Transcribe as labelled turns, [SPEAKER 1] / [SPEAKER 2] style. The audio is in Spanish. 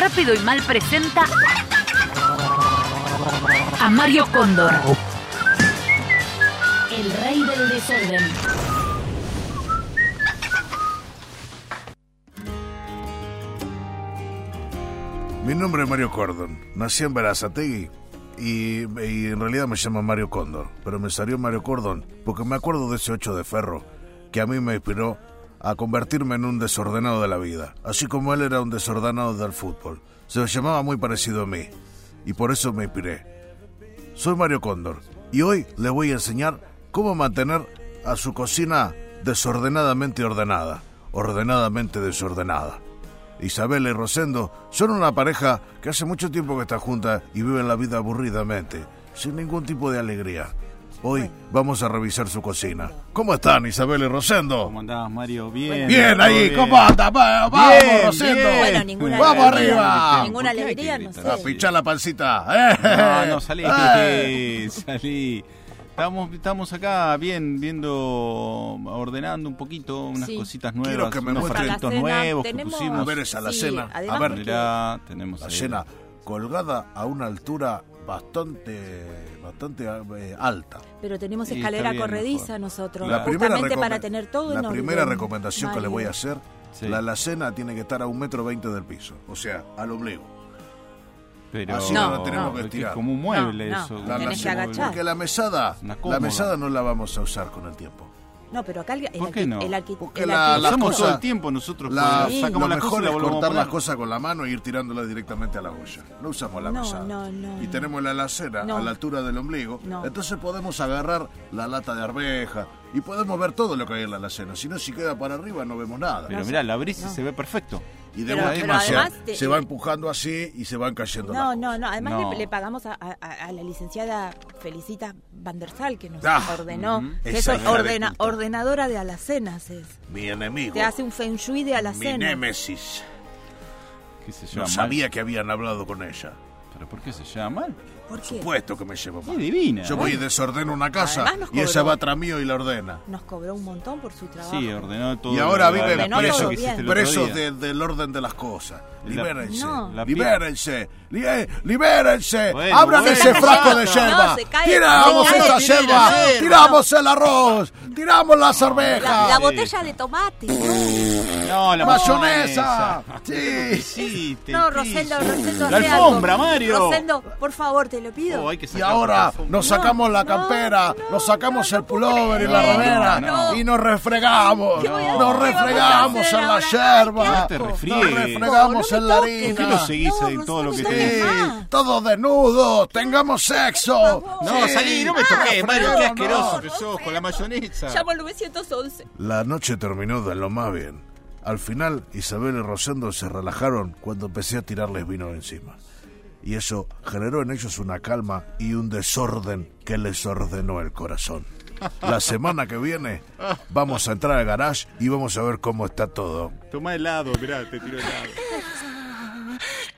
[SPEAKER 1] Mórbido y Mal presenta a Mario Cóndor, el rey del desorden.
[SPEAKER 2] Mi nombre es Mario Cordon. Nací en Berazategui y, y en realidad me llama Mario Cóndor, pero me salió Mario Cordon porque me acuerdo de ese ocho de ferro que a mí me inspiró a convertirme en un desordenado de la vida, así como él era un desordenado del fútbol. Se llamaba muy parecido a mí y por eso me inspiré. Soy Mario Cóndor y hoy les voy a enseñar cómo mantener a su cocina desordenadamente ordenada, ordenadamente desordenada. Isabela y Rosendo son una pareja que hace mucho tiempo que está junta y viven la vida aburridamente, sin ningún tipo de alegría. Hoy vamos a revisar su cocina. ¿Cómo están Isabela y Rosendo?
[SPEAKER 3] ¿Cómo andabas, Mario? Bien.
[SPEAKER 2] Bien
[SPEAKER 3] todo
[SPEAKER 2] ahí,
[SPEAKER 3] bien.
[SPEAKER 2] ¿cómo anda? Va- Vamos,
[SPEAKER 3] Bien,
[SPEAKER 2] Rosendo.
[SPEAKER 3] bien.
[SPEAKER 4] Bueno, ninguna
[SPEAKER 2] Vamos
[SPEAKER 4] alegría,
[SPEAKER 2] arriba.
[SPEAKER 4] Ninguna
[SPEAKER 3] ¿Por qué hay que
[SPEAKER 4] alegría, no sé.
[SPEAKER 3] gritar?
[SPEAKER 2] A pinchar la pancita.
[SPEAKER 3] No,
[SPEAKER 2] ¡Eh!
[SPEAKER 3] no, salí,
[SPEAKER 2] ¡Eh!
[SPEAKER 3] salí. Estamos, estamos acá bien, viendo, ordenando un poquito, unas
[SPEAKER 4] Sí.
[SPEAKER 3] cositas
[SPEAKER 2] Quiero
[SPEAKER 3] nuevas,
[SPEAKER 2] que me
[SPEAKER 3] unos
[SPEAKER 2] muestres.
[SPEAKER 3] frasquitos
[SPEAKER 4] Para la cena
[SPEAKER 3] nuevos que
[SPEAKER 4] tenemos-
[SPEAKER 2] A
[SPEAKER 3] pusimos.
[SPEAKER 2] ver esa, la
[SPEAKER 4] Sí,
[SPEAKER 2] cena. A
[SPEAKER 4] además
[SPEAKER 2] ver,
[SPEAKER 3] Mirá, tenemos
[SPEAKER 2] la
[SPEAKER 3] ahí.
[SPEAKER 2] cena colgada a una altura bastante, bastante eh, alta.
[SPEAKER 4] Pero tenemos
[SPEAKER 3] Sí, está
[SPEAKER 4] escalera
[SPEAKER 3] bien,
[SPEAKER 4] corrediza
[SPEAKER 3] mejor.
[SPEAKER 4] nosotros.
[SPEAKER 3] La
[SPEAKER 4] justamente
[SPEAKER 2] recomen-
[SPEAKER 4] para tener todo.
[SPEAKER 2] La
[SPEAKER 4] en
[SPEAKER 2] primera
[SPEAKER 4] orden.
[SPEAKER 2] recomendación que le
[SPEAKER 4] Mario.
[SPEAKER 2] voy a hacer,
[SPEAKER 3] Sí.
[SPEAKER 2] la alacena tiene que estar a un metro veinte del piso, o sea, al ombligo.
[SPEAKER 3] Pero
[SPEAKER 2] Así
[SPEAKER 4] no la tenemos
[SPEAKER 2] que
[SPEAKER 3] es es
[SPEAKER 2] estirar.
[SPEAKER 3] como un mueble
[SPEAKER 4] No, no,
[SPEAKER 3] eso.
[SPEAKER 2] La
[SPEAKER 4] Tenés que
[SPEAKER 2] alacena,
[SPEAKER 4] agachar.
[SPEAKER 2] Porque la mesada,
[SPEAKER 3] Una
[SPEAKER 2] la
[SPEAKER 3] cómoda.
[SPEAKER 2] mesada no la vamos a usar con el tiempo.
[SPEAKER 4] No, pero acá el, el
[SPEAKER 3] ¿Por qué
[SPEAKER 4] arqui-
[SPEAKER 3] no?
[SPEAKER 4] el arqui-
[SPEAKER 2] Porque
[SPEAKER 4] el
[SPEAKER 2] la-
[SPEAKER 3] Lo
[SPEAKER 2] las
[SPEAKER 3] hacemos todo
[SPEAKER 2] cosas-
[SPEAKER 3] el tiempo nosotros.
[SPEAKER 2] La,
[SPEAKER 3] cuando
[SPEAKER 2] lo
[SPEAKER 3] sacamos las
[SPEAKER 2] mejor
[SPEAKER 3] cosas y la
[SPEAKER 2] es
[SPEAKER 3] volvemos a
[SPEAKER 2] cortar las
[SPEAKER 3] poner.
[SPEAKER 2] cosas con la mano e ir tirándolas directamente a la olla. No usamos la
[SPEAKER 4] No,
[SPEAKER 2] mesada.
[SPEAKER 4] no, no,
[SPEAKER 2] y
[SPEAKER 4] no.
[SPEAKER 2] tenemos la alacena
[SPEAKER 4] No.
[SPEAKER 2] a la altura del ombligo.
[SPEAKER 4] No.
[SPEAKER 2] Entonces podemos agarrar la lata de arveja y podemos ver todo lo que hay en la alacena. Si no, si queda para arriba no vemos nada.
[SPEAKER 3] Pero
[SPEAKER 4] No,
[SPEAKER 3] mirá, la brisa
[SPEAKER 4] no.
[SPEAKER 3] se ve perfecto.
[SPEAKER 2] y de
[SPEAKER 4] pero-
[SPEAKER 2] última
[SPEAKER 4] pero
[SPEAKER 2] se,
[SPEAKER 4] además te-
[SPEAKER 2] se va empujando así y se van cayendo las
[SPEAKER 4] No, no, no. Además
[SPEAKER 3] No.
[SPEAKER 4] Le, le pagamos a, a- a- a la licenciada Felicita Vandersal que nos
[SPEAKER 2] Ah,
[SPEAKER 4] ordenó.
[SPEAKER 3] ujú.
[SPEAKER 4] que es
[SPEAKER 2] Esa hija de
[SPEAKER 4] ordena-
[SPEAKER 2] puta.
[SPEAKER 4] ordenadora de alacenas. Es.
[SPEAKER 2] Mi enemigo.
[SPEAKER 4] Te hace un feng shui de
[SPEAKER 2] mi
[SPEAKER 4] alacenas.
[SPEAKER 2] némesis.
[SPEAKER 3] ¿Qué se llama?
[SPEAKER 2] No sabía que habían hablado con ella.
[SPEAKER 3] ¿Pero por qué se llama mal?
[SPEAKER 4] ¿Por qué?
[SPEAKER 2] Puesto que me lleva
[SPEAKER 3] Es
[SPEAKER 2] mal.
[SPEAKER 3] divina.
[SPEAKER 2] Yo voy y desordeno una casa
[SPEAKER 4] Además nos
[SPEAKER 2] y ella
[SPEAKER 4] cobró.
[SPEAKER 2] va tras mío y la ordena.
[SPEAKER 4] Nos cobró un montón por su trabajo.
[SPEAKER 3] Sí, ordenó todo.
[SPEAKER 2] Y ahora
[SPEAKER 3] la-
[SPEAKER 2] viven
[SPEAKER 3] la
[SPEAKER 4] Ordenó
[SPEAKER 3] pieza
[SPEAKER 4] todo
[SPEAKER 3] que
[SPEAKER 4] bien.
[SPEAKER 3] hiciste el otro
[SPEAKER 2] Presos
[SPEAKER 3] día.
[SPEAKER 2] de- del orden de las cosas. Libérense.
[SPEAKER 4] No.
[SPEAKER 3] La
[SPEAKER 2] libérense. li- eh, libérense.
[SPEAKER 3] Bueno,
[SPEAKER 2] Abran
[SPEAKER 3] bueno,
[SPEAKER 2] ese
[SPEAKER 3] no,
[SPEAKER 2] frasco de
[SPEAKER 4] no,
[SPEAKER 2] yerba.
[SPEAKER 4] se cae-
[SPEAKER 2] tiramos
[SPEAKER 4] se cae
[SPEAKER 2] esa
[SPEAKER 4] la yerba,
[SPEAKER 2] yerba.
[SPEAKER 4] la yerba,
[SPEAKER 2] tiramos el arroz. Tiramos las arvejas.
[SPEAKER 4] La, la
[SPEAKER 3] Sí.
[SPEAKER 4] botella de tomate.
[SPEAKER 3] No, la
[SPEAKER 2] mayonesa.
[SPEAKER 3] ¿Qué
[SPEAKER 2] Sí.
[SPEAKER 3] hiciste?
[SPEAKER 4] No,
[SPEAKER 3] El piso.
[SPEAKER 4] Rosendo, Rosendo,
[SPEAKER 3] La
[SPEAKER 4] hacé
[SPEAKER 3] alfombra,
[SPEAKER 4] algo.
[SPEAKER 3] Mario.
[SPEAKER 4] Rosendo, por favor, te lo pido.
[SPEAKER 3] Oh, hay que
[SPEAKER 2] Y
[SPEAKER 3] sacar
[SPEAKER 2] ahora
[SPEAKER 3] la alfombra.
[SPEAKER 2] nos sacamos la
[SPEAKER 4] no,
[SPEAKER 2] campera,
[SPEAKER 4] no,
[SPEAKER 2] nos sacamos
[SPEAKER 4] no,
[SPEAKER 2] el
[SPEAKER 4] no
[SPEAKER 2] pullover y
[SPEAKER 4] puedo
[SPEAKER 2] la
[SPEAKER 4] creer.
[SPEAKER 2] remera
[SPEAKER 4] No, no.
[SPEAKER 2] y nos refregamos.
[SPEAKER 4] ¿Qué voy a-
[SPEAKER 2] Nos
[SPEAKER 4] qué vamos a
[SPEAKER 2] refregamos
[SPEAKER 4] hacer
[SPEAKER 2] en la
[SPEAKER 4] ahora?
[SPEAKER 2] yerba.
[SPEAKER 3] No te
[SPEAKER 2] Nos
[SPEAKER 3] refriegues.
[SPEAKER 2] refregamos
[SPEAKER 4] No,
[SPEAKER 2] en
[SPEAKER 4] no
[SPEAKER 2] la
[SPEAKER 4] me toques.
[SPEAKER 2] harina.
[SPEAKER 3] ¿Por qué lo seguís
[SPEAKER 4] No,
[SPEAKER 3] en todo
[SPEAKER 4] Rosendo,
[SPEAKER 3] lo que Ah. tenés?
[SPEAKER 4] no
[SPEAKER 2] Sí,
[SPEAKER 4] más.
[SPEAKER 2] todos desnudos, tengamos sexo.
[SPEAKER 3] No,
[SPEAKER 2] Sí.
[SPEAKER 3] salí, no me toques, Mario, qué
[SPEAKER 2] Ah, no,
[SPEAKER 3] asqueroso
[SPEAKER 2] no.
[SPEAKER 3] que sos con la mayonesa.
[SPEAKER 4] Llamo al 911.
[SPEAKER 2] La noche terminó de lo más bien. Al final, Isabel y Rosendo se relajaron cuando empecé a tirarles vino encima. Y eso generó en ellos una calma y un desorden que les ordenó el corazón. La semana que viene vamos a entrar al garage y vamos a ver cómo está todo.
[SPEAKER 3] Tomá helado, mirá, te tiro helado.